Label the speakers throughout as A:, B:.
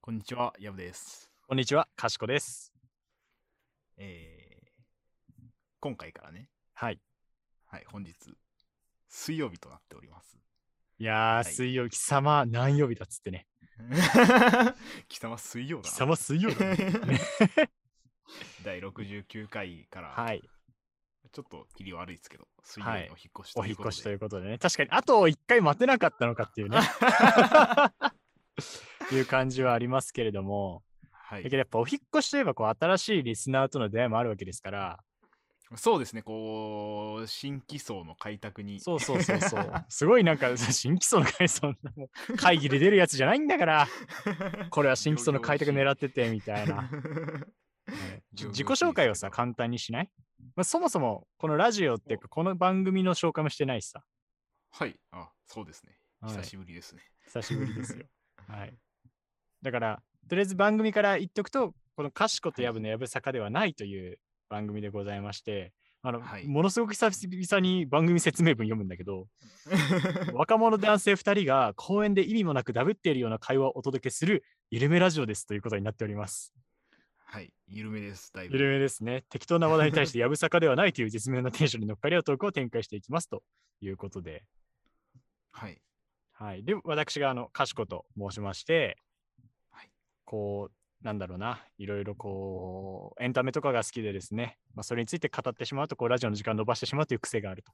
A: こんにちは、ヤブです。
B: こんにちは、かしこです。
A: えー今回からね、
B: はい。
A: はい、本日、水曜日となっております。
B: いやー、
A: い
B: 水曜日、貴様、何曜日だっつってね。
A: 貴様水曜だ
B: 貴
A: な。
B: 様、水曜日だね。
A: 第69回から、
B: はい。
A: ちょっと切り悪いですけど、水曜日のお引っ越しと
B: お
A: い
B: 引
A: う
B: っ
A: こと
B: 越しとい
A: で。
B: うことでね。確かに、あと一回待てなかったのかっていう ね。いう感じはありますけれども。
A: は
B: だけど、
A: い、
B: やっぱお引っ越しといえば、こう、新しいリスナーとの出会いもあるわけですから、
A: そうですね、こう、新規層の開拓に。
B: そうそうそうそう。 すごいなんか、新規層の会そんなもう会議で出るやつじゃないんだから、これは新規層の開拓狙ってて、みたいな。ね
A: 仰々し
B: じ
A: い
B: 自己紹介を
A: ですけ
B: さ
A: ど
B: 簡単にしない、まあ、そもそもこのラジオっていうかこの番組の紹介もしてないしさ、
A: はい、あ、そうですね。
B: はい
A: 久しぶりです ね。
B: 久しぶりですよはいだからとりあえず番組から言っとくとこの「かしことやぶのやぶさか」ではないという番組でございましてあの、
A: はい
B: ものすごく久々に番組説明文読むんだけ ど若者男性2人が公園で意味もなくダブっているような会話をお届けするゆるめラジオですということになっております。
A: はい、緩めです、だいぶ。
B: 緩めですね。適当な話題に対してやぶさかではないという絶妙なテンションに乗っかり合うトークを展開していきますということで。
A: はい。
B: はい。で、私があの、かしこと申しまして、
A: はい
B: こう、なんだろうな、いろいろこう、エンタメとかが好きでですね、まあ、それについて語ってしまうと、こう、ラジオの時間を伸ばしてしまうという癖がある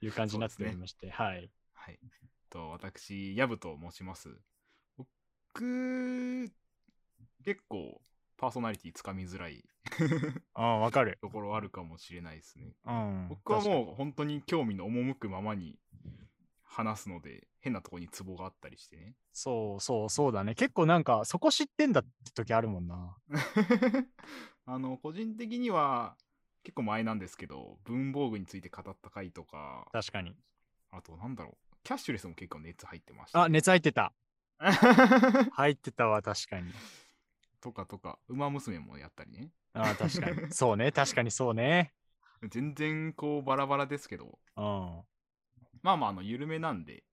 B: という感じになっておりまして、はい。
A: はい。と、私、ヤブと申します。僕、結構、パーソナリティつかみづらい
B: ああ、わかる。
A: ところあるかもしれないですね。
B: うん。
A: 僕は
B: 確かに
A: もう本当に興味の赴くままに話すので、変なとこにツボがあったりして ね。
B: そうそうそうだね。結構なんか、そこ知ってんだって時あるもんな。
A: あの、個人的には、結構前なんですけど、文房具について語った回とか、
B: 確かに。
A: あと、なんだろう、キャッシュレスも結構熱入ってました
B: あ、
A: ね。
B: 熱入ってた。入ってたわ、確かに。
A: とかとか、馬娘もやったりね。
B: ああ、確 かに。そうね、確かにそうね。
A: 全然こうバラバラですけど、
B: うん。
A: まあまああの緩めなんで、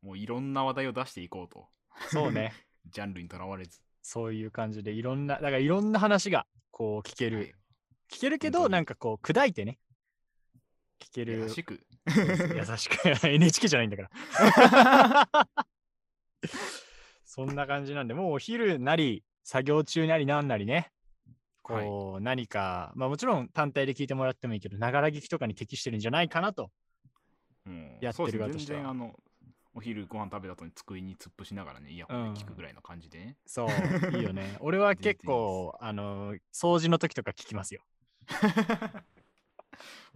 A: もういろんな話題を出していこうと。
B: そ うね。
A: ジャンルにとらわれず。
B: そういう感じで、いろんな、だからいろんな話が、こう、聞ける。
A: はい
B: 聞けるけ
A: 本
B: ど、
A: 当に
B: なんかこう、砕いてね。聞ける。
A: 優しく。
B: そうそう優しく。NHK じゃないんだから。 そんな感じなんで、もうお昼なり、作業中なりなんなりね。
A: はい
B: こう、何か、まあもちろん単体で聞いてもらってもいいけど、ながら聞きとかに適してるんじゃないかなと。
A: もう
B: やって
A: そう
B: る側
A: ですね
B: としては
A: 全然あの、お昼ご飯食べた後に机に突っ伏しながらね、イヤホンで聞くぐらいの感じでね。
B: そう、いい よね。俺は
A: 全然いいで
B: 結
A: す
B: 構、あの、掃除の時とか聞きますよ。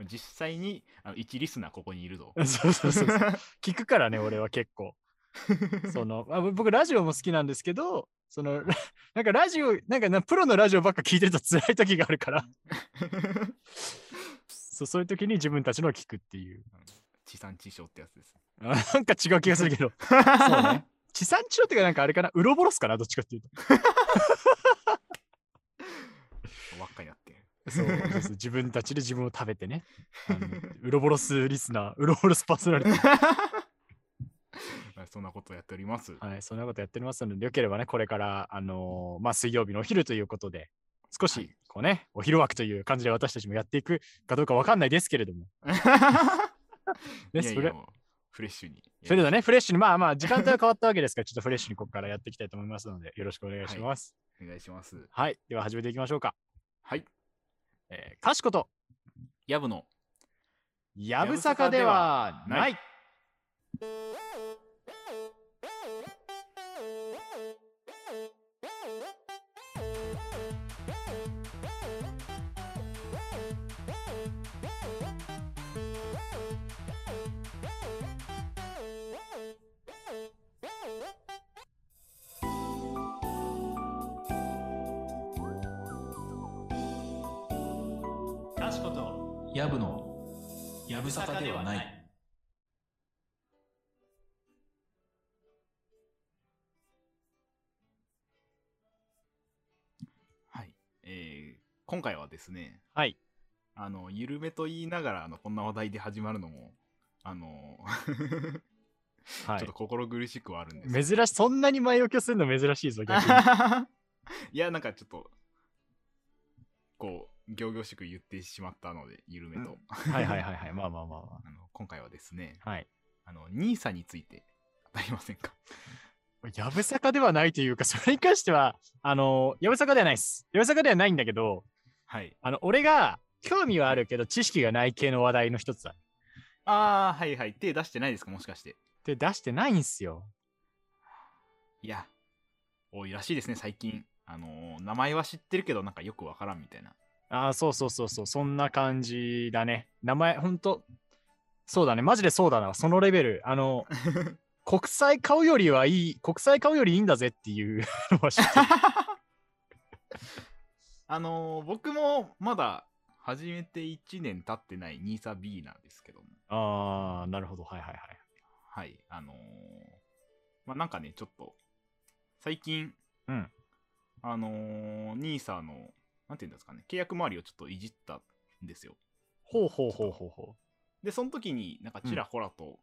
A: 実際にあの1リスナーここにいるぞ。
B: そうそう そうそう。聞くからね、俺は結構。そのあぼ僕、ラジオも好きなんですけど、そのラ なんかラジオ、なんかなプロのラジオばっか聞いてると辛い時があるから、そうそういう時に自分たちのを聞くっていう。
A: 地産地消ってやつです。
B: あなんか違う気がするけど、そうね。地産地消っていうか、なんかあれかな、ウロボロスかな、どっちかっていうと。
A: 輪っかになってる。
B: そう そうそう自分たちで自分を食べてね。あのウロボロスリスナー、ウロボロスパーソナリティ
A: そんなことをやっております。
B: はい、そんなことやっておりますので、よければね、これから、あのーまあ、水曜日のお昼ということで、
A: は
B: 少
A: い
B: し、こうね、お昼枠という感じで私たちもやっていくかどうかわかんないですけれども、 ね、
A: いやい
B: それ
A: や、、もうフレッシュに。
B: それではね、フレッシュに、まあまあ、時間帯は変わったわけですから、ちょっとフレッシュにここからやっていきたいと思いますので、よろしくお願いします。
A: お願いします。
B: はい、では始めていきましょうか。
A: はい。
B: えー、かしこと、
A: ヤブの。
B: やぶさかではない。
C: かしことやぶのやぶさかではない
A: はい。えー今回はですね、
B: はい。
A: あの、緩めと言いながら、あの、こんな話題で始まるのも、あの、
B: は
A: ちょっ
B: い
A: と。心苦しくはあるんですけど
B: 珍しい、そんなに前置きをするの珍しいぞ、 逆に。
A: いや、なんかちょっと、こう、仰々しく言ってしまったので、緩めと。
B: うんはいはいはいはい。まあまあまあま
A: あの今回はですね、
B: あ。はい。
A: あの、NISA について語りませんか。
B: やぶさかではないというか、 それに関しては、あの、やぶさかではないです。やぶさかではないんだけど、
A: はい。
B: あの、俺が興味はあるけど、知識がない系の話題の一つだ。
A: あー、はいはい。手出してないですか、もしかして。
B: で、出してないんすよ。
A: いや、多いらしいですね、最近。あのー名前は知ってるけど、なんかよくわからんみたいな。
B: ああ、そうそうそうそう、そんな感じだね。名前、ほんと、そうだね、マジでそうだな、そのレベル。あの、国際買うよりはいい、国際買うよりいいんだぜっていうのは知ってる
A: あのー僕もまだ始めて1年経ってない NISAB なんですけども。
B: ああ、なるほど、はいはいはい。
A: はい、あのーまあ、なんかね、ちょっと、最近、
B: うん
A: あのー、ニーサの、なんていうんですかね、契約周りをちょっといじったんですよ。
B: ほうほうほうほうほ
A: で、その時に、なんかちらほらと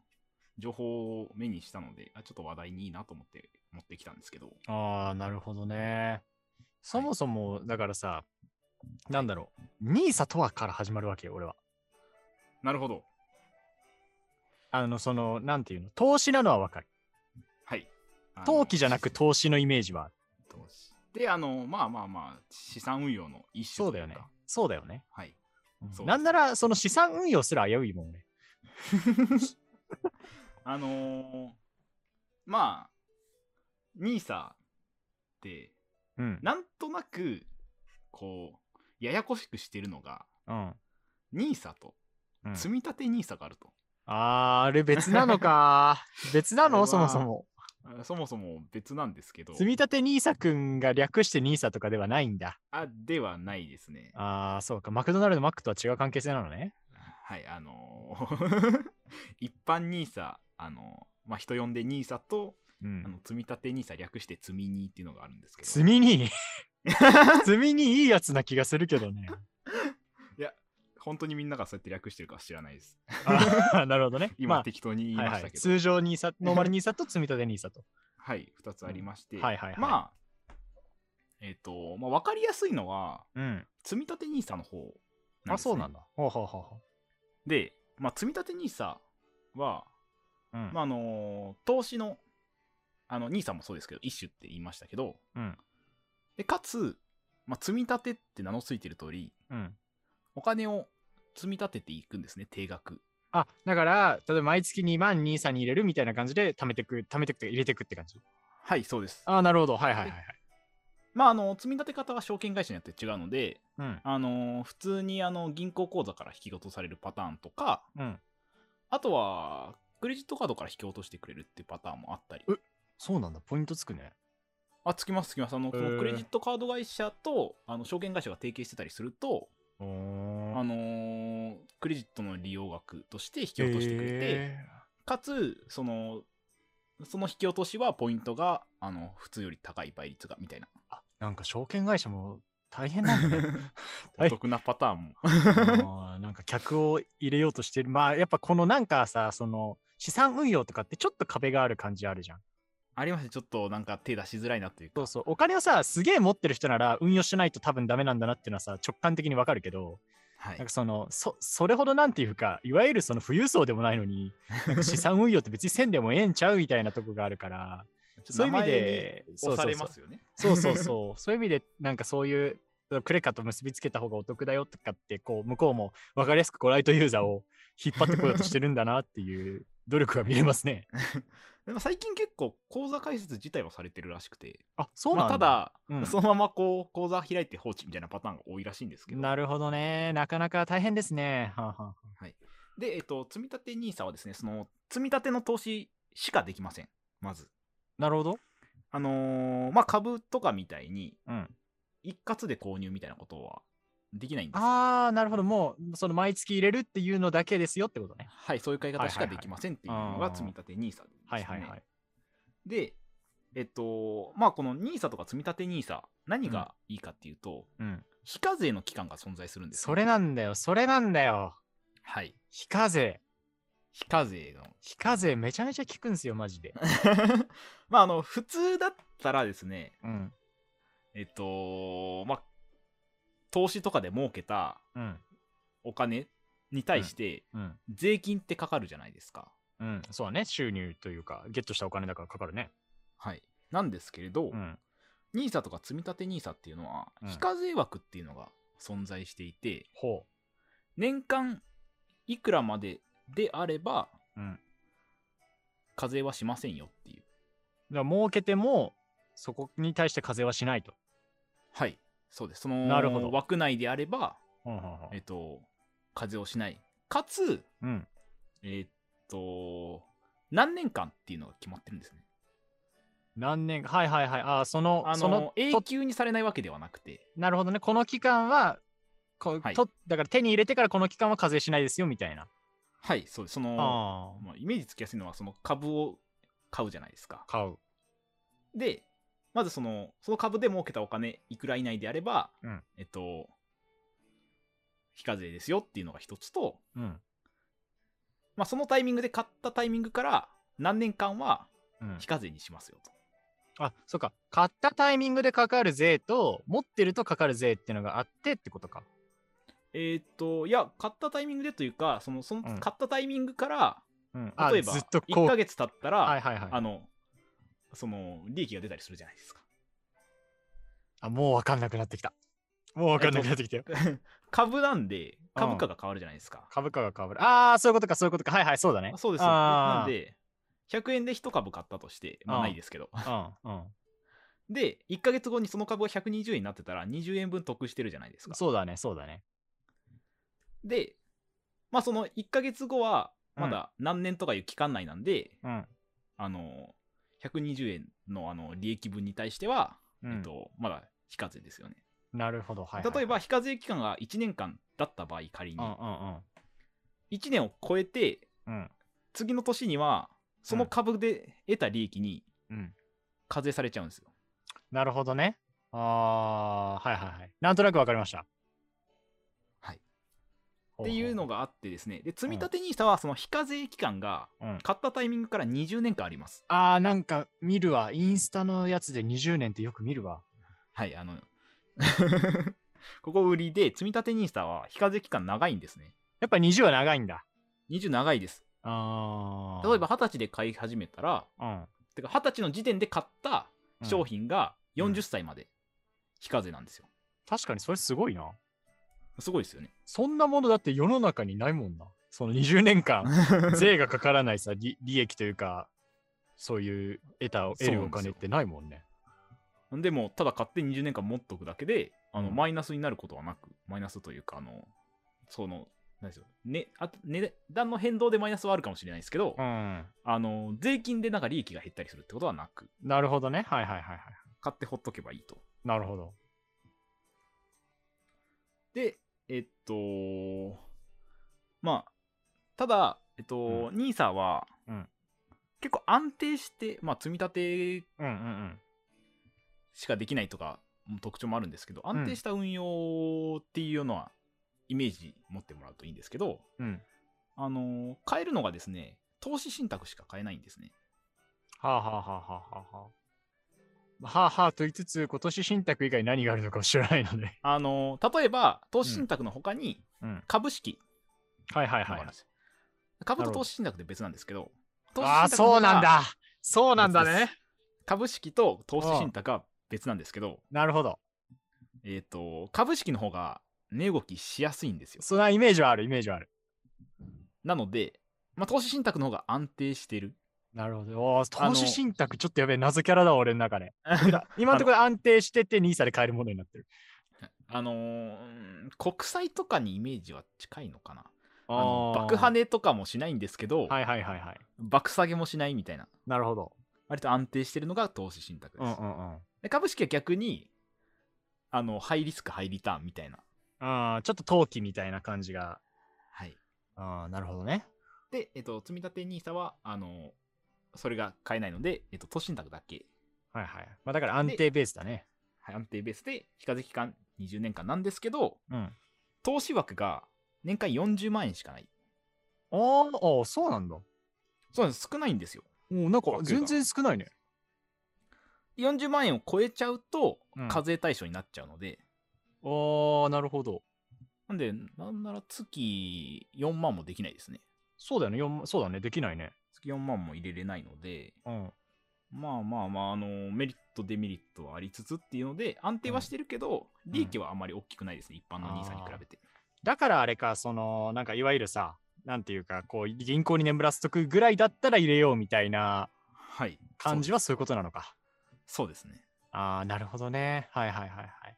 A: 情報を目にしたので、あちょっと話題にいいなと思って持ってきたんですけど、
B: う。ああ、なるほどね。そもそも、だからさ、なんだろう、NISA とはから始まるわけよ、俺は。
A: なるほど。
B: あの、その、なんていうの、投資なのはわかる。
A: はい。
B: 投機じゃなく
A: 投
B: 投資のイメージはある。
A: 資。で、あのーまあまあまあ、資産運用の一種
B: そう
A: と
B: だ
A: い
B: よ
A: うか
B: ね。そうだよね。
A: はい。
B: うん
A: そう
B: なんなら、その資産運用すら危ういもんね。
A: あのーまあ、ニーサって、
B: うん。
A: なんとなく、こう、ややこしくしてるのが、
B: うん。
A: NISA と、
B: うん
A: 積み立て NISA があると。
B: あー、あれ別なの か。別な
A: あれ
B: の
A: は
B: そもそも。
A: あそもそも別なんですけど、
B: 積み立て NISA くんが略して NISA とかではないんだ。
A: あではないですね。
B: あー、そうか。マクドナルド、マックとは違う関係性なのね。
A: はい、あのー 一般 NISA、あのーまあ、人呼んで NISA と、
B: う
A: あの
B: ん。
A: 積み立て NISA 略して積みにっていうのがあるんですけど、
B: 積 みに、積みにいいやつな気がするけどね。
A: 本当にみんながそうやって略してるかは知らないで す。
B: あーなるほどね。
A: 今、
B: まあ
A: 適当に言い
B: はい
A: ま
B: は
A: した
B: い、
A: けど、はい
B: 通常 NISA、ノーマル NISA と積み立て NISA と。
A: 2つありまして、
B: はいはいはい。
A: まあ、えっ、と、まあ、分かりやすいのは、
B: うん。
A: 積み立て NISA の方なんです、ね。
B: あ、そうなんだ。ほうほうほうほ
A: で、まあ、積み立て NISA は、
B: う。うん。
A: まああのー投資の、あの、NISA もそうですけど、一種って言いましたけど、
B: うん。
A: でかつ、まあ、積み立てって名の付いてる通り、
B: うん。
A: お金を積み立てていくんですね、定額。
B: あ、だから、例えば毎月2万 NISA に入れるみたいな感じで、貯めてく、貯めてくって入れてくって感じ。
A: はい、そうです。
B: あー、なるほど。はいはいはいはい。
A: まあ、あの、積み立て方は証券会社によって違うので、
B: うん。
A: あのー普通にあの銀行口座から引き落とされるパターンとか、
B: うん。
A: あとは、クレジットカードから引き落としてくれるっていうパターンもあったり。
B: そうなんだ。ポイントつくね。
A: あ、つきます、つきます。あの、
B: へ
A: そ
B: ー
A: のクレジットカード会社と、あの、証券会社が提携してたりすると、
B: お
A: あのークレジットの利用額として引き落としてくれて、かつ、その、その引き落としはポイントが、あの、普通より高い倍率が、み たいな。
B: なんか証券会社も大変なんだね。は
A: お
B: い
A: 得なパターンも。
B: あーなんか客を入れようとしてる。まあやっぱこのなんかさ、その資産運用とかってちょっと壁がある感じあるじゃん。
A: ありました。ちょっとなんか手出しづらいなっていうか。
B: そうそう。お金をさ、すげえ持ってる人なら運用しないと多分ダメなんだなっていうのはさ、直感的にわかるけど、
A: はい
B: なんか。その、そ、それほどなんていうか、いわゆるその富裕層でもないのに、なんか資産運用って別にせんでもええんちゃうみたいなとこがある から、そういう意味で、
A: 名前に
B: そう
A: 押さ
B: そう
A: れ
B: そう
A: ますよね。
B: そうそうそう。そういう意味で、なんかそういう、クレカと結びつけた方がお得だよとかって、こう、向こうも分かりやすくこうライトユーザーを引っ張ってこようとしてるんだなっていう努力が見れますね。
A: でも最近結構口座開設自体はされてるらしくて、
B: あ、そう
A: ま
B: な
A: あ
B: ん
A: た
B: だ。
A: だ、
B: うん
A: そのままこう口座開いて放置みたいなパターンが多いらしいんですけど、
B: なるほどね。なかなか大変ですね。はあは
A: で、えっと、積み立て NISA はですね、その積み立ての投資しかできません、まず。
B: あなるほど。
A: あのーまあ、株とかみたいに、
B: うん。
A: 一括で購入みたいなことはできないんですよ
B: ああ、なるほど。もう、その毎月入れるっていうのだけですよってことね。
A: はい、そういう買い方しかできませんっていうの
B: あ
A: が
B: ー
A: 積み立て NISA です、ね。
B: はいはいはい。
A: で、えっと、まあ、この NISA とか積み立て NISA、何がいいかっていうと、
B: うん。
A: 非課税の期間が存在するんですよ
B: それなんだよ。それなんだよ。
A: はい。
B: 非課税。
A: 非課税 の。
B: 非課税めちゃめちゃ効くんですよ、マジで。
A: まあ、あの、普通だったらですね、
B: うん。
A: えっと、まあ、投資とかで儲けた
B: うん。
A: お金に対して、
B: うん。
A: 税金ってかかるじゃないですか。
B: うん。そうだね。収入というか、ゲットしたお金だからかかるね。
A: はい。なんですけれど、
B: うん。
A: ニーサとか積み立てニーサっていうのは、
B: うん
A: 非課税枠っていうのが存在していて、
B: ほ
A: 年間いくらまでであれば、
B: う。うん。
A: 課税はしませんよっていう。
B: だから儲けても、そこに対して課税はしないと。
A: はい。そうです。その
B: なるほど
A: 枠内であれば、
B: うん。
A: えっと、課税をしない。かつ、
B: うん。
A: えっと、何年間っていうのが決まってるんですね。
B: 何年か。はいはいはい。ああ、その、
A: あ
B: その
A: の、、永久にされないわけではなくて、
B: なるほどね。この期間は、こう
A: はい
B: とだから手に入れてからこの期間は課税しないですよみたいな。
A: はい、そうです。その、
B: ああ。
A: まあ、イメージつきやすいのは、その株を買うじゃないですか。
B: 買う。
A: で、まずその、その株で儲けたお金、いくら以内であれば、
B: うん
A: えっと、非課税ですよっていうのが一つと、
B: うん。
A: まあ、そのタイミングで買ったタイミングから、何年間は
B: うん
A: 非課税にしますよと。
B: あ、そっか。買ったタイミングでかかる税と、持ってるとかかる税っていうのがあってってことか。
A: えーっと、いや、買ったタイミングでというか、その、その、
B: うん
A: 買ったタイミングから、
B: うん。あ
A: 例えば、
B: ずっとこ
A: 1
B: う。
A: ヶ月経ったら、
B: はいはいはい。
A: あの、その、利益が出たりするじゃないですか。
B: あ、もうわかんなくなってきた。もうわかんなくなってきたよ。
A: 株なんで、株価が変わるじゃないですか。
B: 株価が変わる。ああ、そういうことか、そういうことか。はいはい、そうだね
A: あ。そうですよ。な
B: あ
A: ん
B: ー
A: で、100円で1株買ったとして、まあ
B: うん
A: ないですけど。
B: うんうん。
A: で、1ヶ月後にその株が120円になってたら、20円分得してるじゃないですか。
B: そうだね、そうだね。
A: で、まあその1ヶ月後は、まだ何年とかいう期間内なんで、
B: うん。
A: あの、120円のあの利益分に対しては、
B: うん
A: えっと、まだ非課税ですよね。
B: なるほど、はい、
A: 例え、ば、非課税期間が1年間だった場合、仮に、
B: うんうん
A: 1年を超えて、
B: うん。うん。
A: 次の年には、その株で得た利益に
B: うん。
A: 課税されちゃうんですよ。
B: なるほどね。ああ、はいはいはい。なんとなくわかりました。
A: はい
B: ほほ。
A: っていうのがあってですね、で、積立 NISA はその非課税期間が
B: うん
A: 買ったタイミングから20年間あります。
B: ああ、なんか見るわ。インスタのやつで20年ってよく見るわ。
A: はい、あの、 ここ売りで、積立 NISA は非課税期間長いんですね。
B: やっぱ20は長いんだ。
A: 20長いです。
B: ああ。
A: 例えば、、二十歳で買い始めたら、
B: うん。
A: てか二十歳の時点で買った商品が
B: うん
A: 40歳まで非課税なんですよ。
B: 確かにそれすごいな。
A: すごい ですよね。
B: そんなものだって世の中にないもんな。その20年間。 税がかからないさ利利益というかそういう得た
A: そうなん
B: 得
A: ですよ
B: るお金ってないもんね
A: でも、ただ買って20年間持っとくだけで、あの
B: うん
A: マイナスになることはなく、マイナスというか、あの、その、何でしょう、ね、あと値段の変動でマイナスはあるかもしれないですけど、
B: ん
A: あの、税金でなんか利益が減ったりするってことはなく、
B: なるほどねはいはいはいはい
A: 買ってほっとけばいいと。
B: なるほど
A: で、えっと、まあ、ただ、えっと、NISA は、
B: うん
A: 結構安定して、まあ、積み立て
B: うんうんうん
A: しかできないとかも特徴もあるんですけど、安定した運用っていうのは、イメージ持ってもらうといいんですけど、
B: うん
A: あの、買えるのがですね、投資信託しか買えないんですね。
B: はあはあはあはあはあはあはあはあと言いつつ今年信託以外何があるのかを知らないので
A: あの、例えば、投資信託の他に
B: うん
A: 株式
B: はいはい
A: とか
B: は
A: あるん
B: い
A: ですよ、株
B: な
A: と
B: るほど
A: 投資信託って別なんですけど、
B: ああ
A: 投資信託の方
B: そうな
A: が
B: んだそうなんだ
A: 別
B: ね
A: です株式と投資信託は別なんですけど、
B: なるほど
A: えっ、と、株式の方が値動きしやすいんですよ。
B: そんなイメージはあるイメージはある
A: なので、まあ、投資信託の方が安定して る。
B: なるほどおー
A: あの
B: 投資信託ちょっとやべえ謎キャラだ俺の中で今のところ安定してて NISA で買えるものになってる
A: あのーうん国債とかにイメージは近いのかな。あの
B: あー
A: 爆跳ねとかもしないんですけど、
B: はいはいはいはい
A: 爆下げもしないみたいな。
B: なるほど
A: 割と安定してるのが投資信託です。
B: んうん
A: で株式は逆に、あの、ハイリスク、ハイリターンみたいな。
B: ああ、ちょっと陶器みたいな感じが。
A: はい。
B: ああ、なるほどね。
A: で、えっと、積み立て NISA は、あのそれが買えないので、えっと、投資信託だけ
B: はいはい。まあだから安定ベースだね。
A: はい安定ベースで非課税期間20年間なんですけど
B: うん。
A: 投資枠が年間40万円しかない
B: あーあー、そうなんだ。お
A: そうなんです少ないんですよ
B: ーなんか
A: 額が
B: 全然少ないね。
A: 40万円を超えちゃうと
B: うん
A: 課税対象になっちゃうので、
B: ああ、なるほど。
A: なんでなんなら月4万もできないですね
B: そうだよね。よんそうだね。できないね。
A: 月4万も入れれないので
B: うん。
A: まあまあまあ、あのメリットデメリットはありつつっていうので安定はしてるけど、利益はあまり大きくないですね一般の兄さんに比べて
B: だからあれか、その、なんかいわゆるさ、なんていうか、こう、銀行に眠らせとくぐらいだったら入れようみたいな
A: はい
B: 感じはそういうことなのか。
A: そうですね
B: ああ、なるほどね。はいはいはいはい。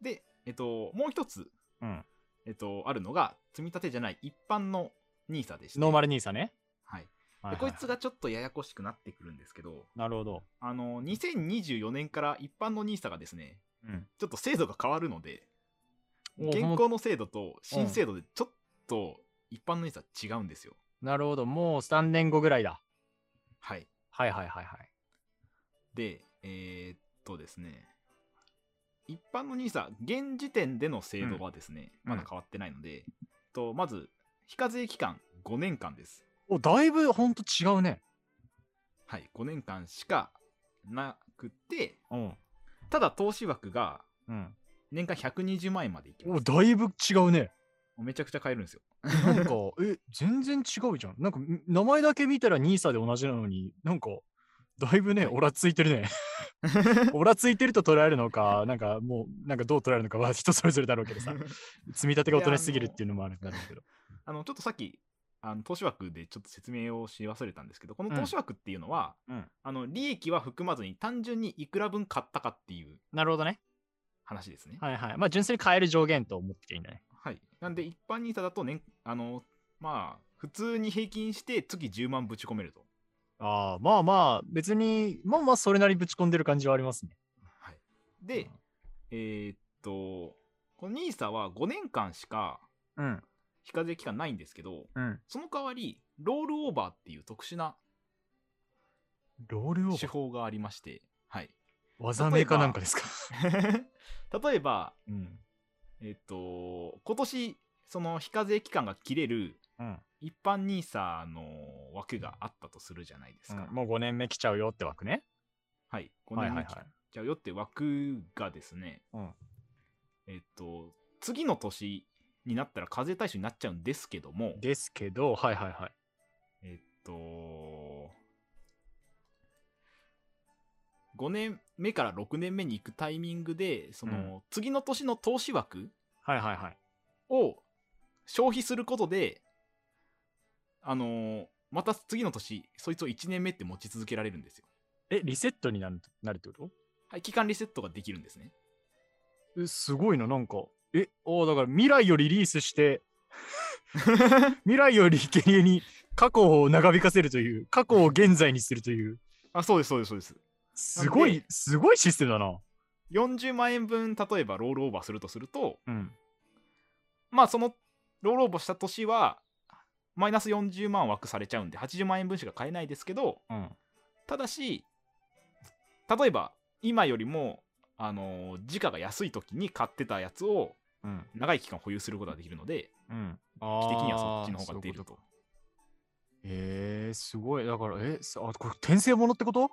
A: でえっともう一つ、
B: うん
A: えっとあるのが積み立てじゃない一般の兄さでして
B: ノーマル兄さんね。
A: はいで
B: はいはい
A: こいつがちょっとややこしくなってくるんですけど
B: なるほど。
A: あの2024年から一般の兄さがですね
B: うん。
A: ちょっと制度が変わるので
B: お
A: 現
B: ほん
A: 行の制度と新制度でちょっと一般の兄さ違うんですよ、
B: なるほど。もう3年後ぐらいだ。
A: はい
B: はいはいはいはい。
A: で、えーっとですね、一般の NISA、現時点での制度はですね、
B: うん
A: まだ変わってないので、とまず、非課税期間5年間です。
B: お、だいぶほんと違うね。
A: はい、5年間しかなくて、
B: うん。
A: ただ投資枠が
B: うん。
A: 年間120万円までいきま
B: お、
A: す。
B: だいぶ違うね。
A: めちゃくちゃ買えるんですよ。
B: なんか、 え、全然違うじゃん。なんか、ん名前だけ見たら NISA で同じなのに、なんか、だいぶね、オラついてる ね。オラついてると捉えるのか、なんかもう、なんかどう捉えるのかは人それぞれだろうけどさ、積み立てが大人しすぎるっていうのもあるんだろうけど。
A: あのちょっとさっきあの投資枠でちょっと説明をし忘れたんですけどこの投資枠っていうのは、
B: うんうん
A: あの利益は含まずに単純にいくら分買ったかっていう
B: なるほどね。
A: 話ですね。
B: はいはい。まあ、純粋に買える上限と思ってていいんだね。
A: はい、なんで一般 NISA だと年あのまあ普通に平均して月10万ぶち込めると、
B: ああ、まあまあ、別に、まあまあ、それなりぶち込んでる感じはありますね。
A: はい、で、
B: うん
A: えーっとこの NISA は5年間しか
B: うん、
A: 非課税期間ないんですけど
B: うん。
A: その代わりロールオーバーっていう特殊な
B: ロールオ
A: 手
B: ーバー。
A: 法がありまして、はい、
B: 技名かなんかですか。
A: 例えば
B: うん。
A: えーっと今年その非課税期間が切れる
B: うん。
A: 一般 NISA の枠があったとするじゃないですか、
B: もう5年目来ちゃうよって枠ね。
A: はい5
B: はい
A: 年
B: は
A: 目
B: い
A: 期
B: はい。
A: ちゃうよって枠がですね、
B: うん
A: えっと、次の年になったら課税対象になっちゃうんですけども、
B: ですけど、はいはいはい。
A: えっと、5年目から6年目に行くタイミングで、その、次の年の投資枠
B: はいはいはい。
A: を消費することで、あのーまた次の年、そいつを1年目って持ち続けられるんですよ。
B: え、リセットになるなるってこと
A: はい、期間リセットができるんですね。
B: え、すごいな、なんか。え、おーだから未来をリリース して、未来を利権に過去を長引かせるという、過去を現在にするという、
A: あ、そうです、そうです、そうです。
B: すご
A: なん
B: い
A: で、
B: すごいシステムだな。
A: 40万円分例えばロールオーバーするとすると
B: うん。
A: まあそのロールオーバーした年はマイナス40万枠されちゃうんで80万円分しか買えないですけど
B: うん。
A: ただし例えば今よりもあのー時価が安い時に買ってたやつを
B: うん。
A: 長い期間保有することができるので
B: うん。
A: 期的
B: 期
A: にはそっちの方が出ると
B: えー、すごい。だから、え、すあ、これ転生ものってこと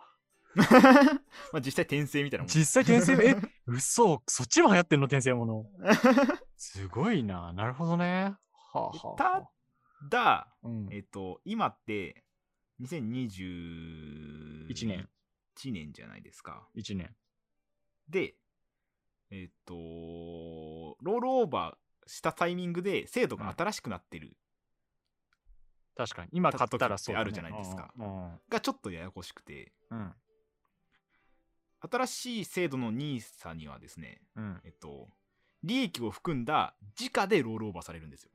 A: まあ実際転生みたいなもん
B: 実際転生、え、嘘、そっちも流行ってんの転生もの。すごいな。なるほどね。はあ、はあはあ。
A: だ
B: うん
A: えっと今って2021
B: 1年
A: 1年じゃないですか
B: 1年。
A: で、えっと、ロールオーバーしたタイミングで制度が新しくなってる、
B: 確かに。今買ったらそう、
A: 買っときってあるじゃないですか
B: うん。
A: がちょっとややこしくて、
B: うん。
A: 新しい制度の NISA にはですね、
B: うん。
A: えっと、利益を含んだ時価でロールオーバーされるんですよ。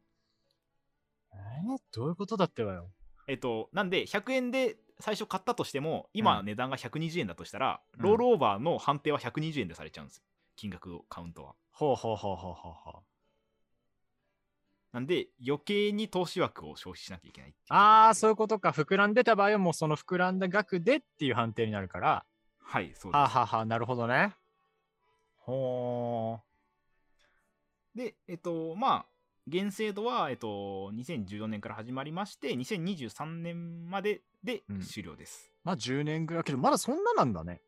B: えーどういうことだってばよ。
A: えっと、なんで、100円で最初買ったとしても、今
B: うん
A: 値段が120円だとしたら、
B: うん
A: ロールオーバーの判定は120円でされちゃうんですよ。金額をカウントは。
B: ほうほうほうほうほうほう。
A: なんで、余計に投資枠を消費しなきゃいけないってい
B: ああ、そう
A: う
B: いうことか。膨らんでた場合はもうその膨らんだ額でっていう判定になるから。
A: ところで。はい、そうです
B: はあ、。はあはあ、なるほどね。ほ
A: で、えっと、まあ、現制度は、えっと、2014年から始まりまして、2023年までで
B: うん
A: 終了です。
B: まあ10年ぐらいけど、まだそんななんだね。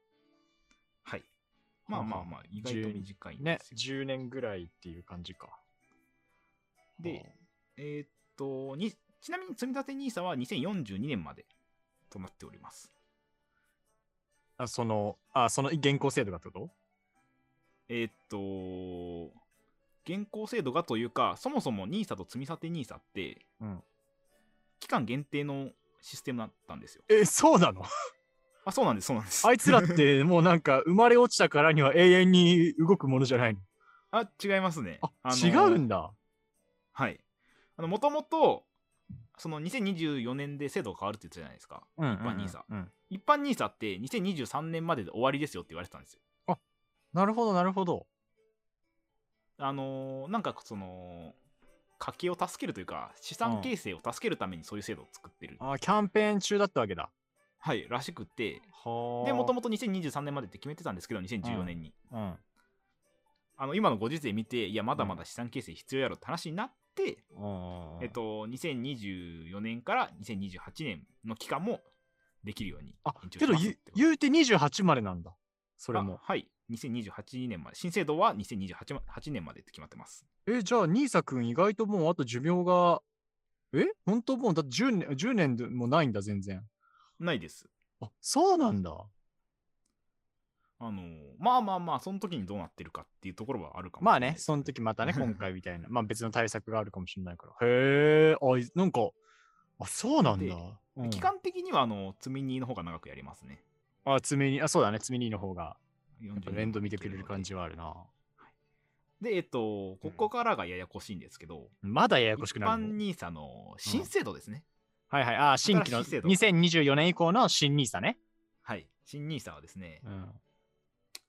A: はい。まあまあまあ、意外と
B: 12
A: 短いん
B: ね
A: ですよ。
B: 10年ぐらいっていう感じか。
A: で、えーっとに、ちなみに積み立て NISA は2042年までとなっております。
B: あその、あ、その現行制度がってこと
A: えーっと、現行制度がというか、そもそも NISA と積み立て NISA って、
B: うん
A: 期間限定のシステムだったんですよ。
B: え、そうなの
A: あ、そうなんです、そうなんです。
B: あいつらってもうなんか生まれ落ちたからには永遠に動くものじゃないの。
A: あ、違いますね。の
B: あ、違うんだ。
A: はい。あの、もともと、その2024年で制度が変わるって言ってたじゃないですか。
B: うんうんうん、
A: まあ兄さ
B: うん。
A: 一般 NISA って2023年までで終わりですよって言われてたんですよ。
B: なるほど、なるほど。
A: あのーなんかその、家計を助けるというか、資産形成を助けるためにそういう制度を作ってる。
B: あーキャンペーン中だったわけだ。
A: はい、らしくて、
B: は
A: で、もと
B: も
A: もと2023年までって決めてたんですけど、2014年に。
B: と、うん。
A: あの、今のご時世見て、いや、まだまだ資産形成必要やろって話になって、
B: うん
A: えっ、と、2024年から2028年の期間もできるように
B: あ
A: 延、長
B: け
A: し
B: ど
A: ますっ
B: ゆ
A: てこと
B: 言うて28までなんだ。それも
A: あ。はい。2028年まで。新制度は2028ま8年までって決まってます。
B: え、じゃあ、兄さくん意外ともうあと寿命が、え本当もうだって10年、10年でもないんだ、全然。
A: ないです。
B: あ、そうなんだ。
A: あのーまあまあまあ、その時にどうなってるかっていうところはあるかも
B: まあ
A: しれない
B: ね、
A: です
B: その時またね、今回みたいな、まあ別の対策があるかもしれないから。 へえ、あ、いなんか、あ、そうなんだ
A: で。
B: うん
A: 期間的には、あの、積み荷の方が長くやりますね。
B: あ、爪に、あ、そうだね、爪にの方が、
A: や
B: やっぱ面倒見てくれる感じはあるな。
A: で、えっと、ここからがややこしいんですけど、
B: まだややこしく
A: 一
B: な
A: 般
B: るの。
A: ニーサの新制度ですね。
B: はいはい、あ、新規の
A: 新しい制度
B: 2024年以降の新ニーサね。
A: はい。新ニーサはですね、
B: うん。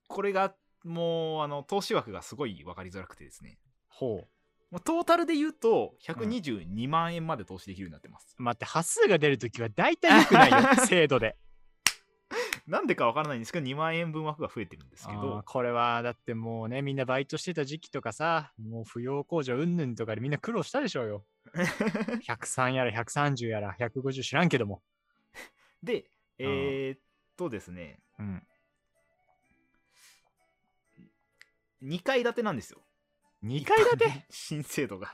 A: これが、もう、あの、投資枠がすごい分かりづらくてですね。
B: ほ
A: もうトータルで言うと、122万円まで投資できるようになってます。
B: う。待って、端数が出るときは大体良くない よ、制度で。
A: なんでかわからないんですけど、2万円分枠が増えてるんですけ
B: あー
A: ど、
B: これはだってもうねみんなバイトしてた時期とかさもう扶養控除うんぬんとかでみんな苦労したでしょう よ103やら130やら150知らんけども
A: で、えー、っとですね、
B: うん
A: 2階建てなんですよ。
B: 2階建て
A: 新制度が。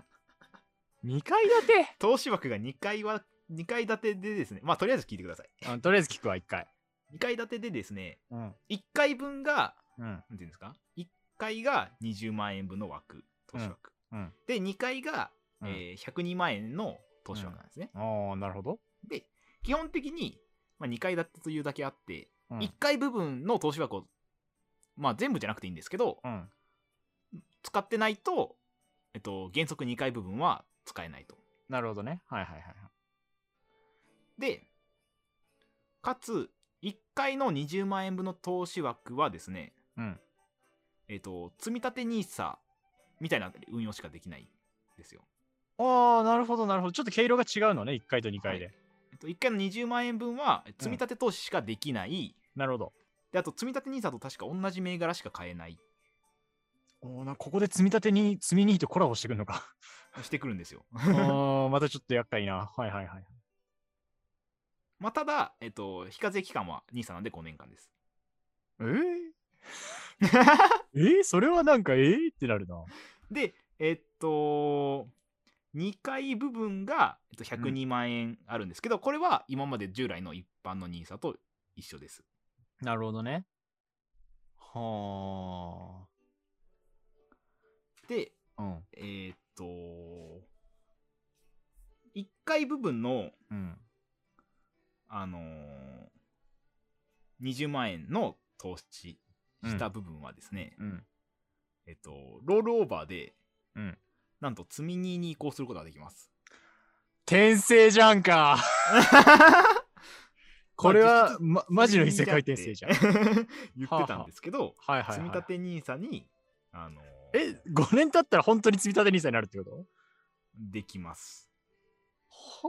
B: 2階建て
A: 投資枠が2階は、2階建てでですね、まあとりあえず聞いてください。
B: うんとりあえず聞くわ1回
A: 2階建てでですね、
B: うん
A: 1階分が、
B: うん
A: なんていうんですか、1階が20万円分の枠、投資枠。
B: うんうん
A: で、2階が、
B: うん
A: えー102万円の投資枠なんですね。
B: ああなるほど、
A: で、基本的に、まあ、2階建てというだけあって、
B: うん
A: 1階部分の投資枠を、まあ全部じゃなくていいんですけど、
B: うん
A: 使ってないと、えっと、原則2階部分は使えないと。
B: なるほどねはいはいはいはい
A: で、かつ、1回の20万円分の投資枠はですね、
B: うん
A: えっと、積み立て NISA みたいな運用しかできないんですよ。
B: ああなるほどなるほどちょっと毛色が違うのね1階と2階で、
A: はえっと、1回の20万円分は積み立て投資しかできない。
B: なるほど
A: で、あと、積み立て NISA と確か同じ銘柄しか買えない。
B: おーなここで積み立てに積みにとコラボしてくるのか
A: してくるんですよ。
B: あーまたちょっと厄介なはいはいはい
A: まあ、ただ、えっと、非課税期間は NISA なんで5年間です。
B: えー、 えー、それはなんかえー、ってなるな。
A: で、えっと、2階部分が、えっと、102万円あるんですけど、これは今まで従来の一般の NISA と一緒です。
B: なるほどね。は
A: で、
B: あ。うん。
A: えっと、1階部分の、
B: うん。
A: あのー20万円の投資した部分はですね、
B: うん。
A: えっと、ロールオーバーで、
B: うん
A: なんと積み荷に移行することができます。
B: 転生じゃんか。 これは、ま、マジの異世界転生じゃん。はい
A: ん。言って たんですけど、
B: はい、はい。
A: 積み立て NISA に、あのー
B: え、5年経ったら本当に積み立て NISA になるってこと
A: できます。
B: はあ。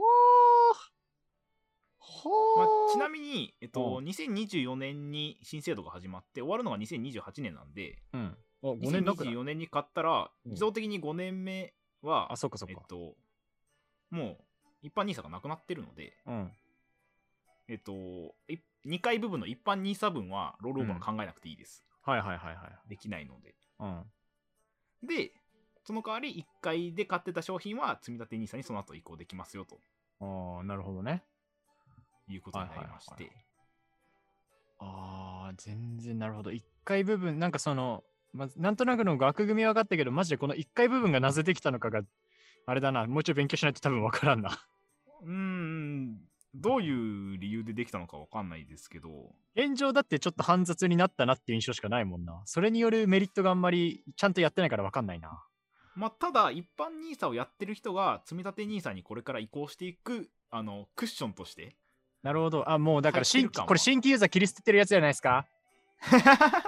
A: まあ
B: はあ、
A: ちなみに、えっと、
B: う
A: 2024年に新制度が始まって、終わるのが2028年なんで、
B: うん。あ、5年だから。
A: 2024年に買ったら、
B: うん
A: 自動的に5年目は、
B: あ、そっかそっ
A: えっ
B: か。
A: と、もう一般 NISA がなくなってるので、
B: うん。
A: えっと、い2階部分の一般 NISA 分はロールオーバー考えなくていいです。
B: はいはいはいはい。
A: できないので。
B: うん。
A: で、その代わり1階で買ってた商品は積み立て NISA にその後移行できますよと
B: ああ、なるほどね。
A: いうことになりまし
B: はいはい
A: て
B: は。ああ、全然なるほど。1階部分、なんかその、ま、なんとなくの枠組みは分かったけど、マジでこの1階部分がなぜできたのかが、あれだな、もうちょい勉強しないと多分分からんな。
A: う ーん、どういう理由でできたのかわかんないですけど、
B: 現状だってちょっと煩雑になったなっていう印象しかないもんな。それによるメリットがあんまりちゃんとやってないから分かんないな。
A: まあ、ただ一般 NISA をやってる人が積み立て NISA にこれから移行していくあのクッションとして、
B: なるほど。あ、もうだから
A: 入
B: 新
A: ってるか
B: 規、
A: も
B: これ新規ユーザー切り捨ててるやつじゃないで すか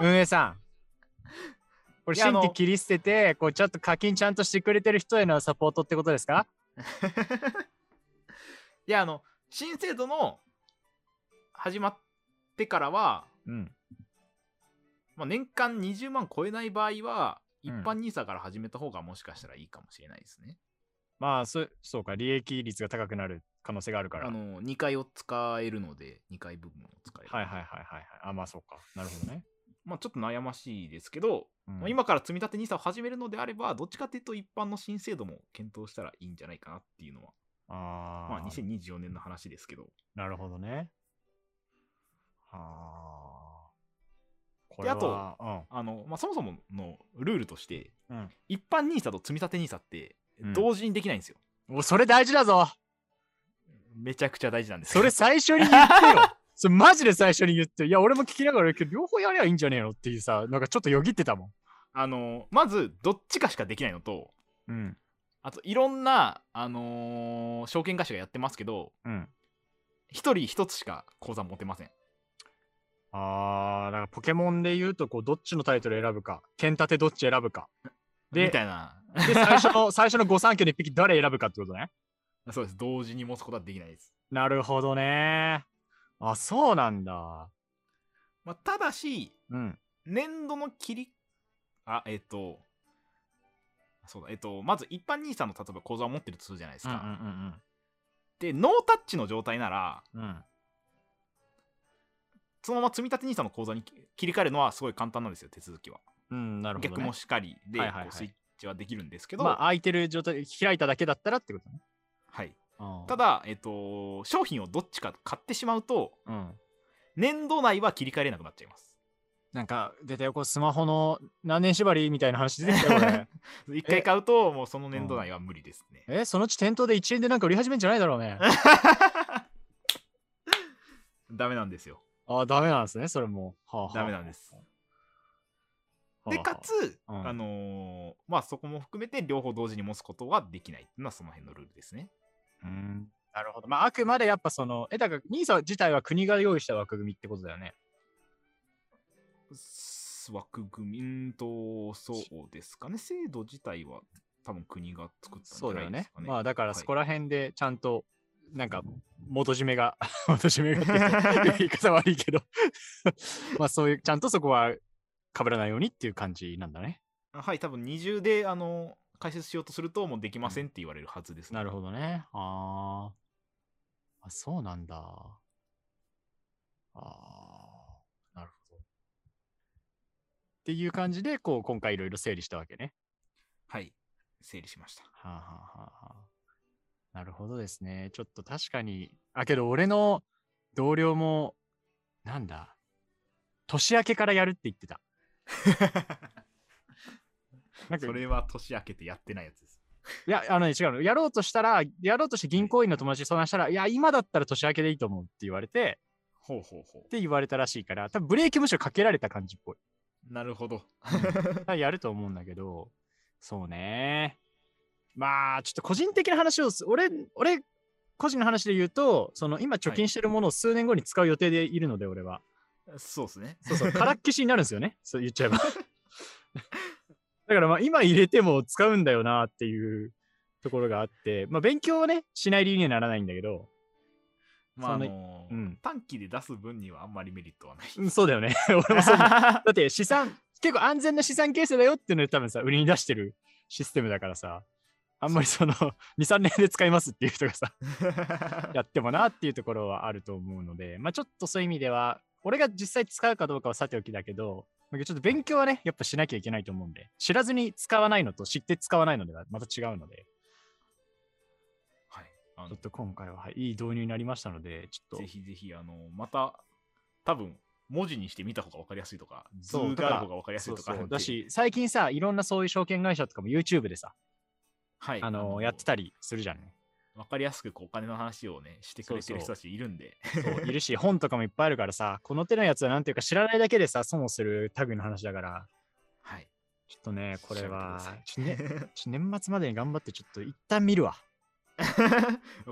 B: 運営さん。これ
A: いやあ
B: 新
A: の
B: 規切り捨てて、こうちょっと課金ちゃんとしてくれてる人へのサポートってことですか
A: いやあの新制度の始まってからは、
B: うん。
A: まあ、年間20万超えない場合は
B: う
A: 一
B: ん
A: 般 NISA から始めた方がもしかしたらいいかもしれないですね。
B: まあそ、そうか、利益率が高くなる可能性があるから。
A: あの2階を使えるので2階部分を使える。
B: はいはいはいはいはい。あ、まあそうか。なるほ どね。
A: まあ、ちょっと悩ましいですけど、
B: うん
A: まあ今から積み立て NISA を始めるのであればどっちかというと一般の新制度も検討したらいいんじゃないかなっていうのは
B: あー
A: まあ、2024年の話ですけど。
B: なるほどね。ああ。こ
A: であと
B: は
A: あのまあ、そもそものルールとして、
B: うん
A: 一般 NISA と積み立て NISA って
B: うん
A: 同時にできないんですよ。
B: うん、おそれ大事だぞ
A: めちゃくちゃ大事なんです
B: それ最初に言 ってよそれマジで最初に言っていや俺も聞きながらけど両方やりゃいいんじゃねえのっていうさなんかちょっとよぎってたもん
A: あのまずどっちかしかできないのと
B: うん
A: あといろんな、あのー証券会社がやってますけど
B: うん
A: 一人一つしか口座持てません。
B: あーだからポケモンで言うとこうどっちのタイトル選ぶか剣立てどっち選ぶかで
A: みたいな
B: で最初の最初の御三家の一匹誰選ぶかってことね
A: そうです同時に持つことはできないです。
B: なるほどねあそうなんだ
A: まあ、ただし
B: うん
A: 年度の切りあえっ、とそうだえっ、とまず一般 NISA の例えば口座を持ってるとするじゃないですか。
B: ん
A: でノータッチの状態なら
B: うんうん
A: そのまま積み立て NISA の口座に切り替えるのはすごい簡単なんですよ手続きは、
B: うんなるほど、ね、
A: 逆もしかりで、
B: はいはいはい
A: こうスイッチはできるんですけど、
B: まあ、空いてる状態、開いただけだったらってことね。
A: はい、
B: た
A: た
B: だ、
A: だ、えっと商品をどっちか買ってしまうと
B: うん、
A: 年度内は切り替えれなくなっちゃいます
B: なんか、出たよ、こうスマホの何年縛りみたいな話出てきたよ、これ
A: 一回買うともうその年度内は無理ですね、
B: え、そのうち店頭で1円でなんか売り始めんじゃないだろう ね。
A: ダメなんですよ
B: ああ、ダメなんですね、それも。はあはあ
A: ダメなんです。
B: はあ
A: でか、つ、
B: うん
A: あのーまあそこも含めて両方同時に持つことはできないっていうのはその辺のルールですね
B: うんなるほど。まあ、あくまでやっぱその、え、だから、NISA 自体は国が用意した枠組みってことだよね。
A: す枠組みうんとそうですかね制度自体は多分国が作ったんじゃないですかね。
B: まあ、だから、
A: はい
B: そこら辺でちゃんと、なんか、元締めが、 元締めがっていうか言い方悪いけど、 まあ、そういう、ちゃんとそこは被らないようにっていう感じなんだね。
A: はい多分二重であの解説しようとするともうできませんって言われるはずです、
B: なる
A: ほ
B: ほどね。あーあ。そうなんだ。ああ。なるほど。っていう感じで、こう、今回いろいろ整理したわけね。
A: ど。はい整理しました。
B: はあ、はあはあはあ、なるほどですね。ちょっと確かに。あ、けど俺の同僚も、なんだ。年明けからやるって言って た。なんか
A: それは年明けてやってないやつです。
B: いや、あのね、違うの。やろうとしたら、やろうとして銀行員の友達に相談したら、いや、今だったら年明けでいいと思うって言われて、
A: ほうほうほ
B: って言われたらしいから、多分ブレーキむしろかけられた感じっぽい。
A: う。なるほど。
B: 多分やると思うんだけど、そうね。まあ、ちょっと個人的な話をす、俺、俺、個人の話で言うと、その今貯金してるものを数年後に使う予定でいるので、俺は。
A: そうですね。
B: そうそう、からっきしになるんですよ ね。そう言っちゃえば。だからまあ、今入れても使うんだよなっていうところがあって、まあ、勉強はね、しない理由にはならないんだけど、
A: まあ、あ
B: そんな
A: のー
B: うん
A: 短期で出す分にはあんまりメリット はない。
B: うんそうだよね。俺もそう 思うだって資産、結構安全な資産形成だよっていうので多分さ、売りに出してるシステムだからさ、あんまりその 2、3年で使いますっていう人がさ、 やってもなっていうところはあると思うので、まあちょっとそういう意味では、俺が実際使うかどうかはさておきだけど、まあちょっと勉強はね、やっぱしなきゃいけないと思うんで、知らずに使わないのと知って使わないのではまた違うので、
A: はい。あ
B: ちょ
A: の
B: っと今回は、はい、いい導入になりましたので、ちょっ
A: ぜ
B: と、
A: ひぜひ、あの、また、多分文字にして見た方が分かりやすいとか、図
B: そう
A: がある方が分かりやすいとか
B: そ
A: あ
B: うそ
A: る
B: うん
A: で
B: だし、最近さ、いろんなそういう証券会社とかも YouTube でさ、
A: はい。
B: あのやってたりするじゃん、ね。
A: 分かりやすくこうお金の話をね、してくれてる人たちいるんで、
B: そういるし、本とかもいっぱいあるからさ、この手のやつはなんていうか知らないだけでさ、損をする類の話だから、
A: はい。
B: ちょっとね、これは
A: 調べ、
B: ちょね、ちょ年末までに頑張ってちょっと一旦見るわ。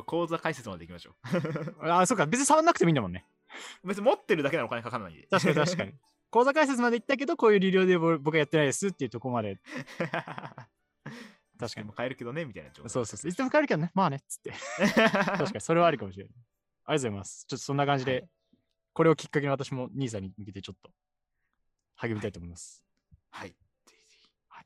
A: 口座解説までいきましょ
B: あ、そうか、別に触んなくてもいいんだもんね。
A: う。別に持ってるだけならお金かからないんで。
B: 確かに確 かに。口座解説まで行ったけど、こういう理由でぼ僕はやってないですっていうとこまで、確
A: 確
B: か
A: か
B: に
A: に。買えるけどね、みたいな状態。
B: そうそうそう、いつでも帰るけどね、まあね、っつ って。確かに、それはありかもしれない。ありがとうございます。ちょっとそんな感じ
A: は
B: で
A: い、
B: これをきっかけに私も兄さんに向けてちょっと励みたいと思います。
A: はい。ぜひぜひ
B: はい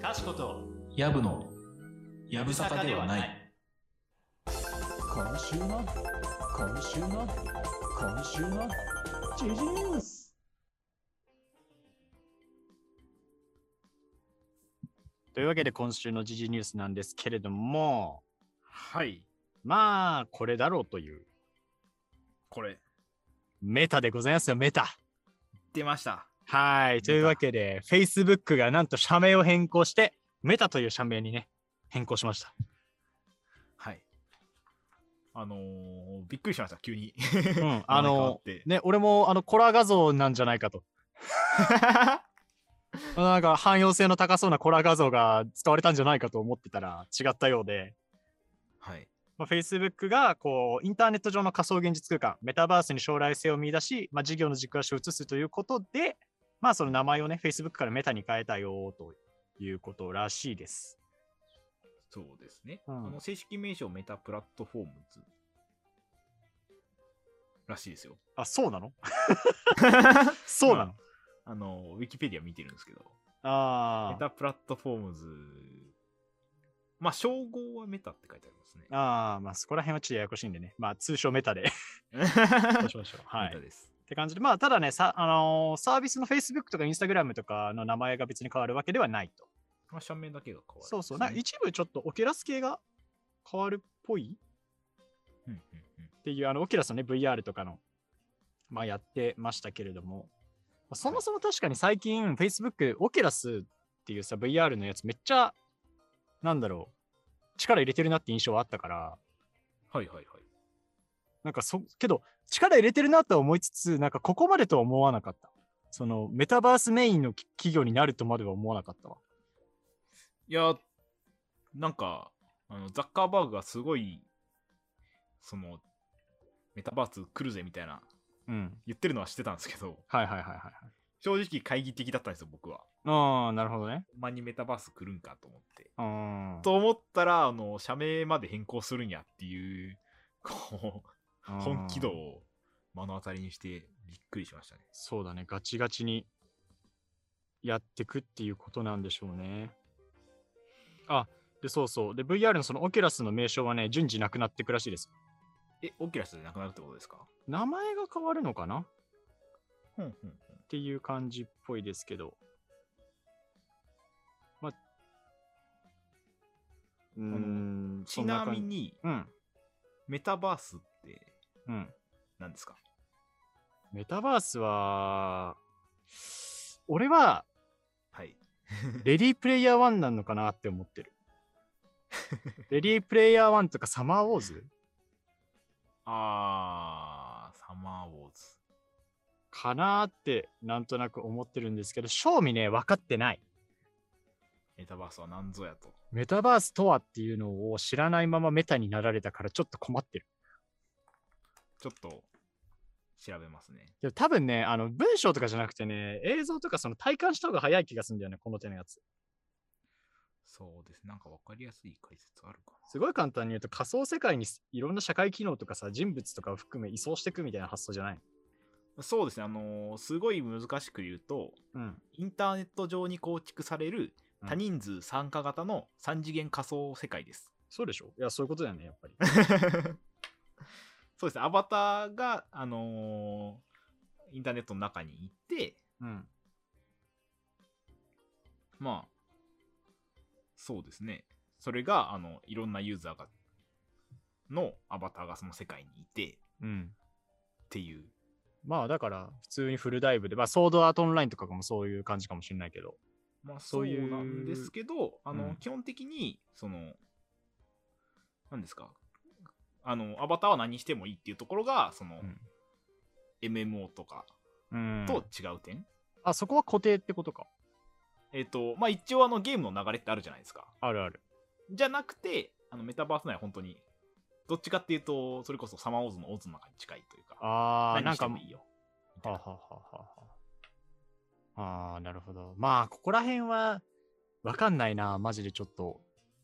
C: かしことやぶのやぶさかではない
B: 今週の今週の今週のジジースというわけで今週の時事ニュースなんですけれども
A: はい。
B: まあこれだろうという
A: これ、
B: メタでございますよメタ
A: 出ました。
B: はいというわけで Facebook がなんと社名を変更してメタという社名にね変更しました
A: はい。あのー、びっくりしました、急 に。
B: うん
A: 名前変わ
B: あの
A: って
B: ね俺もあのコラ画像なんじゃない かとなんか汎用性の高そうなコラ画像が使われたんじゃないかと思ってたら違ったようで、
A: はい。
B: まあ、Facebook がこうインターネット上の仮想現実空間、メタバースに将来性を見出し、まあ、事業の軸足を移すということで、まあ、その名前をね、Facebook からメタに変えたよということらしいです。
A: そうですね。
B: うん
A: あの正式名称、メタプラットフォームズ。らしいですよ。
B: あ、そうなのそうなの、
A: あのー、ウィキペディア見てるんですけど、メ
B: あー
A: タプラットフォームズ。まあ、称号はメタって書いてあります ね。
B: あー、まあそこら辺はちょっとややこしいんでね、まあ通称メタで。 そうしましょうはい
A: メタです。
B: って感じで、まあ、ただね、さあのーサービスの Facebook とか Instagram とかの名前が別に変わるわけではないと。
A: まあ、社名だけが変わるんですね、
B: そうそう、なんか一部ちょっとオキュラス系が変わるっぽい
A: うんうんうん
B: っていう、あのオキュラスのね、VR とかの、まあ、やってましたけれども、まあそもそも確かに最近、Facebook、オキュラスっていうさ、VR のやつ、めっちゃ、なんだろう、力入れてるなって印象はあったから、
A: はいはいはい。
B: なんかそ、けど、力入れてるなとは思いつつ、なんかここまでとは思わなかった。そのメタバースメインのき企業になるとまでは思わなかったわ。
A: いや、なんか、あのザッカーバーグがすごい、その、メタバース来るぜみたいな、
B: うん。
A: 言ってるのは知ってたんですけど、
B: はいはいはいはいはい。
A: 正直、懐疑的だったんですよ、僕は。
B: ああ、なるほどね。
A: ほんまにメタバース来るんかと思って。
B: うん。
A: と思ったら、あの、社名まで変更するんやっていう、こう、本気度
B: うん
A: を目の当たりにして、びっくりしましたね。
B: そうだね、ガチガチにやってくっていうことなんでしょうね。あ、で、そうそう。で、VR のそのオキュラスの名称はね、順次なくなってくらしいです。
A: え、オキュラスでなくなるってことですか
B: 名前が変わるのかなっ
A: うんうんうん。
B: ていう感じっぽいですけど。まあ、うーん、そ
A: ち
B: ん
A: な
B: 感
A: み
B: じ。
A: に、
B: うん、
A: メタバースって
B: うん。
A: 何ですか
B: メタバースは、俺は、
A: はい。
B: レディープレイヤー1なのかなって思ってる。レディープレイヤー1とかサマーウォーズ
A: あー、サマーウォーズ。
B: かなーってなんとなく思ってるんですけど、正味ね、分かってない。
A: メタバースは何ぞやと。
B: メタバースとはっていうのを知らないままメタになられたからちょっと困ってる。
A: ちょっと調べますね。
B: でも多分ね、あの文章とかじゃなくてね、映像とかその体感した方が早い気がするんだよね、この手のやつ。
A: そうです。なんかわかりやすい解説あるかな。
B: すごい簡単に言うと仮想世界にすいろんな社会機能とかさ、人物とかを含め移送していくみたいな発想じゃない
A: そうですね。あのーすごい難しく言うと、
B: うん。
A: インターネット上に構築される
B: うん
A: 多人数参加型の3次元仮想世界です。
B: そうでしょいや、そういうことだよね、やっぱり。
A: そうですね。アバターが、あのーインターネットの中に行って、
B: うん。
A: まあ、そうですね。それが、あの、いろんなユーザーが、のアバターがその世界にいて、っ
B: うん。
A: ていう。
B: まあだから、普通にフルダイブで、まあソードアートオンラインとかもそういう感じかもしれないけど。
A: まあ、そ
B: そうういう
A: なんですけど、あの、
B: うん
A: 基本的に、その、なんですか、あの、アバターは何してもいいっていうところが、その、
B: うん
A: MMO とか
B: うん
A: と
B: と、
A: 違う点。
B: あ、そこは固定ってことか。
A: えっ、と、まあ、一応、あの、ゲームの流れってあるじゃないですか。
B: あるある。
A: じゃなくて、あの、メタバース内は本当に、どっちかっていうと、それこそサマーオーズのオズの中に近いというか、
B: ああ、
A: 何
B: なん
A: して
B: か
A: も、いいよ。みたい
B: は
A: な
B: はははは。ああー、なるほど。まあ、ここら辺は、わかんないな、マジでちょっと。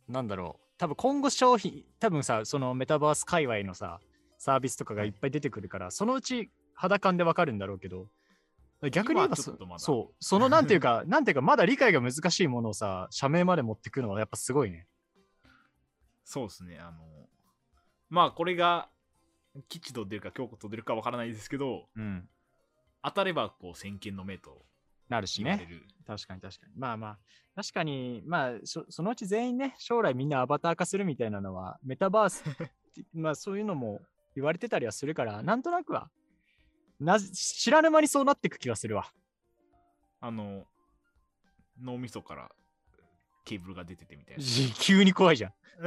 B: なんだろう。多分今後商品、多分さ、そのメタバース界隈のさ、サービスとかがいっぱい出てくるから、そのうち肌感でわかるんだろうけど、逆に言え
A: 今は
B: ば
A: ちょ
B: そ
A: っとまだ
B: そう、そのなんてい うか、なんていうか、まだ理解が難しいものをさ、社名まで持ってくのはやっぱすごいね。
A: そうですね、あの、まあこれが吉と出るか京子と出るかわからないですけど、
B: うん。
A: 当たればこう先見の目と
B: なるし
A: 言わ
B: ね
A: れ。る。
B: 確かに確かに。まあまあ、確かに、まあ、そそのうち全員ね、将来みんなアバター化するみたいなのは、メタ バースって、まあそういうのも言われてたりはするから、なんとなくは、なぜ知らぬ間にそうなっていく気がするわ。
A: あの、脳みそからケーブルが出ててみたいな。
B: じ急に怖いじゃん。い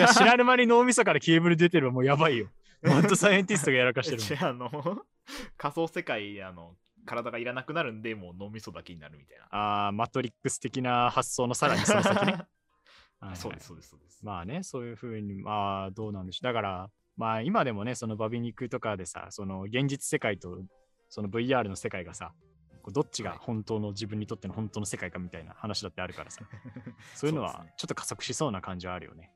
B: や、知らぬ間に脳みそからケーブル出てるわ、もうやばいよ。マッドサイエンティストがやらかしてるも ん
A: じゃああの、仮想世界、あの、体がいらなくなるんで、もう脳みそだけになるみたいな。
B: ああ、マトリックス的な発想のさらにそ の先ね。はいはい
A: そうです、そうです、そうです。
B: まあね、そういうふうに、まあどうなんでしょう。だから、まあ今でもね、そのバビ肉とかでさ、その現実世界とその VR の世界がさ、こうどっちが
A: はい
B: 本当の自分にとっての本当の世界かみたいな話だってあるか らさ、そういうの
A: そう
B: は
A: ですね
B: ちょっと加速しそうな感じはあるよね。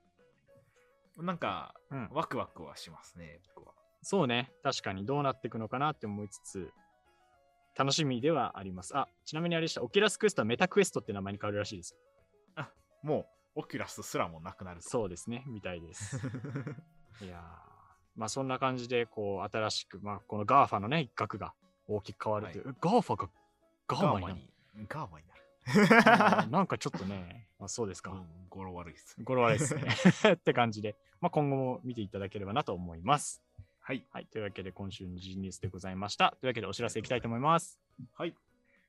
A: なんか、
B: うん
A: ワクワクはしますね、僕は。
B: そうね、確かにどうなっていくのかなって思いつつ、楽しみではあります。あ、ちなみにあれでした、オキュラスクエストはメタクエストって名前に変わるらしいです。
A: もう、オキュラスすらもなくなる と。
B: そうですね、みたいです。いやーまあそんな感じで、こう、新しく、まあこの GAFA のね、一角が大きく変わるという。え GAFA が
A: ガー
B: GAMA に
A: マ
B: なる
A: に、ガーマになる。
B: あ ーなんかちょっとね、まあ、そうです
A: う
B: か。
A: ん語呂悪いですね。
B: 語呂悪いですね。 って感じで、まあ今後も見ていただければなと思います。
A: はい。
B: はい、というわけで今週の G ニュースでございました。というわけでお知らせいきたいと思います。
A: はい。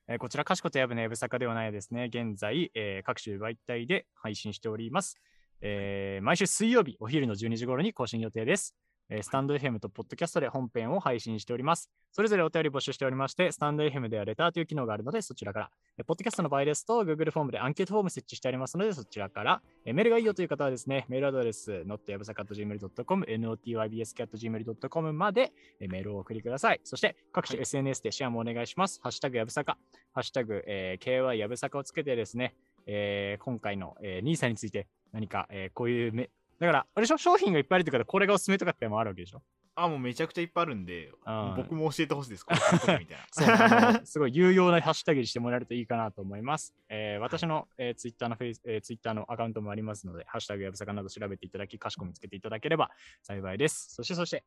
B: えーこちら、かしことやぶのやぶさかではないですね。現在、えー各種媒体で配信しております、えー毎週水曜日、お昼の12時頃に更新予定です。えースタンド FM とポッドキャストで本編を配信しております。それぞれお便り募集しておりまして、スタンド FM ではレターという機能があるので、そちらから。えーポッドキャストの場合ですと、Google フォームでアンケートフォーム設置してありますので、そちらから。えーメールがいいよという方はですね、メールアドレス、not やぶさか .gmail.com、notybsk.gmail.com までえーメールをお送りください。そして、各種 SNS でシェアもお願いします。ハッシュタグやぶさか、ハッシュタグ、えー KY やぶさかをつけてですね、えー今回の、えー、NISA について何か、えーこういうめ、だから、あれでしょ、商品がいっぱいあるってことは、これがおすすめとかってのもあるわけでしょ。
A: あ、もうめちゃくちゃいっぱいあるんで、
B: うん
A: 僕も教えてほしいです。こ れ買っとけみたいな。
B: そうあ のすごい有用なハッシュタグにしてもらえるといいかなと思います。えー私の、えー、ツイッターのフェイス、えー、ツイッターのアカウントもありますので、ハッシュタグやぶさかなど調べていただき、かしこ見つけていただければ幸いです。そして、そして、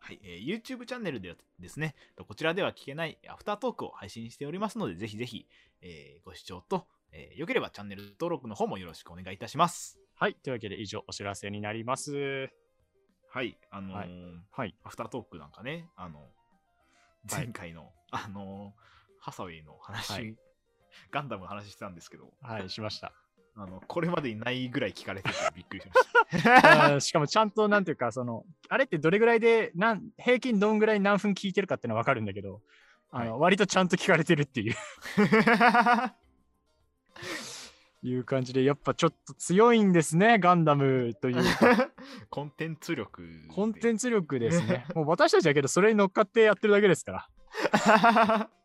A: はい、えー YouTube チャンネルではですね、こちらでは聞けないアフタートークを配信しておりますので、ぜひぜひ、えーご視聴と、えーよければチャンネル登録の方もよろしくお願いいたします。
B: はい、というわけで以上お知らせになります。
A: はい、あのー
B: ははい。
A: アフタートークなんかね、あの、
B: はい
A: 前回の、あのーハサウェイの話、
B: はい
A: ガンダムの話してたんですけど、
B: はい、しました。
A: あの、これまでにないぐらい聞かれててびっくりしました。
B: あーしかもちゃんとなんていうかそのあれってどれぐらいでなん平均どんぐらい何分聞いてるかっていうのは分かるんだけどあの、割とちゃんと聞かれてるっていういう感じで、やっぱちょっと強いんですね、ガンダムというか
A: コンテンツ力で。
B: コンテンツ力ですね。もう私たちだけど、それに乗っかってやってるだけですから。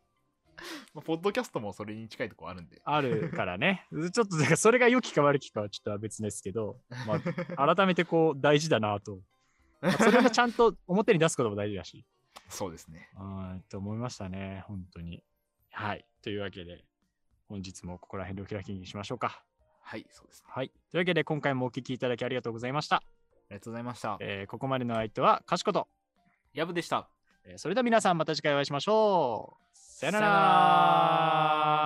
A: まあポッドキャストもそれに近いとこあるんで。
B: あるからね。 ちょっと、だからそれが良きか悪きかはちょっとは別ですけど、 まあ、改めてこう、大事だなと。まあそれもちゃんと表に出すことも大事だし。
A: そうですね。
B: あーと思いましたね、本当に。はい。というわけで、本日もここら辺でお開きにしましょうか。
A: はい、そうですね。
B: はい。というわけで、今回もお聞きいただきありがとうございました。
A: ありがとうございました。
B: えーここまでの相手は、かしこと。
A: ヤブでした。
B: えーそれでは皆さん、また次回お会いしましょう。さよな
A: さよな
B: ら。